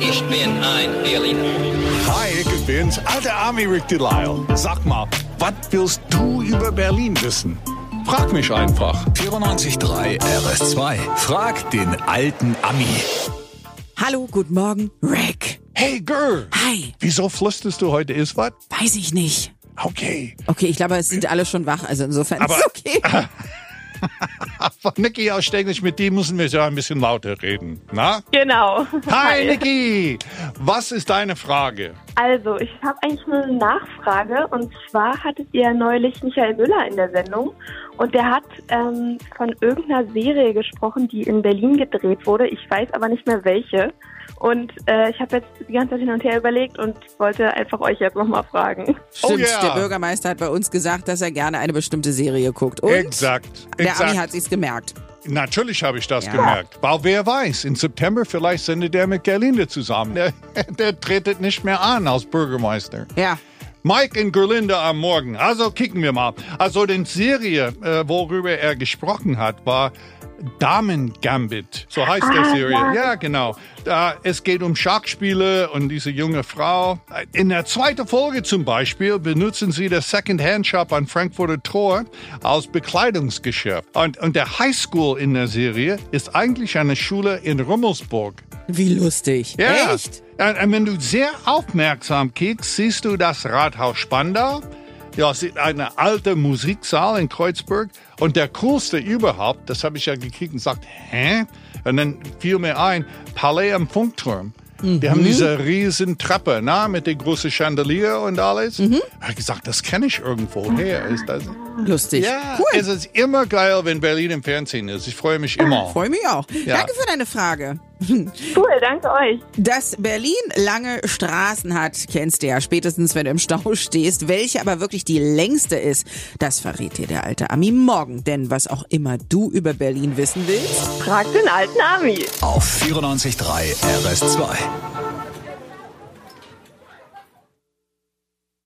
Ich bin ein Berliner. Hi, ich bin's, alter Army Rick Delisle. Sag mal, was willst du über Berlin wissen? Frag mich einfach. 94.3 RS2. Frag den alten Ami. Hallo, guten Morgen, Rick. Hey, Girl, Hi, wieso flüsterst du heute ist was? weiß ich nicht. Okay. Okay, ich glaube, es sind alle schon wach, also insofern Aber- Ah, ist okay. Von Niki aus Steglitz, mit dem müssen wir ja ein bisschen lauter reden. Na? Genau. Hi, Niki. Was ist deine Frage? Also, ich habe eigentlich nur eine Nachfrage. Und zwar hattet ihr neulich Michael Müller in der Sendung. Und der hat ähm, von irgendeiner Serie gesprochen, die in Berlin gedreht wurde. Ich weiß aber nicht mehr welche. Und äh, ich habe jetzt die ganze Zeit hin und her überlegt und wollte einfach euch jetzt nochmal fragen. Stimmt, yeah. der Bürgermeister hat bei uns gesagt, dass er gerne eine bestimmte Serie guckt. Und Exakt. der exakt. Ami hat sich's gemerkt. Natürlich habe ich das Ja. gemerkt. Weil wer weiß, im September vielleicht sendet er mit Gerlinde zusammen. Der, der tretet nicht mehr an als Bürgermeister. Ja. Mike in Gerlinde am Morgen. Also kicken wir mal. Also die Serie, äh, worüber er gesprochen hat, war Damen Gambit. So heißt der Serie. Ja, genau. Da, es geht um Schachspiele und diese junge Frau. In der zweiten Folge zum Beispiel benutzen sie das Second-Hand-Shop an Frankfurter Tor als Bekleidungsgeschäft. Und, und der Highschool in der Serie ist eigentlich eine Schule in Rummelsburg. Wie lustig. Ja. Echt? Und, und wenn du sehr aufmerksam kickst, siehst du das Rathaus Spandau. Ja, es ist eine alte Musiksaal in Kreuzberg. Und der coolste überhaupt, das habe ich ja gekickt und sagt, hä? Und dann fiel mir ein, Palais am Funkturm. Die Mhm. haben diese riesen Treppe, na, mit dem großen Chandelier und alles. Mhm. Da hab ich gesagt, das kenne ich irgendwo her. Ist das? Lustig. Ja, cool. es ist immer geil, wenn Berlin im Fernsehen ist. Ich freue mich immer. Freue mich auch. Ja. Danke für deine Frage. Cool, danke euch. Dass Berlin lange Straßen hat, kennst du ja spätestens, wenn du im Stau stehst. Welche aber wirklich die längste ist, das verrät dir der alte Ami morgen. Denn was auch immer du über Berlin wissen willst. Frag den alten Ami. Auf 94.3 RS2.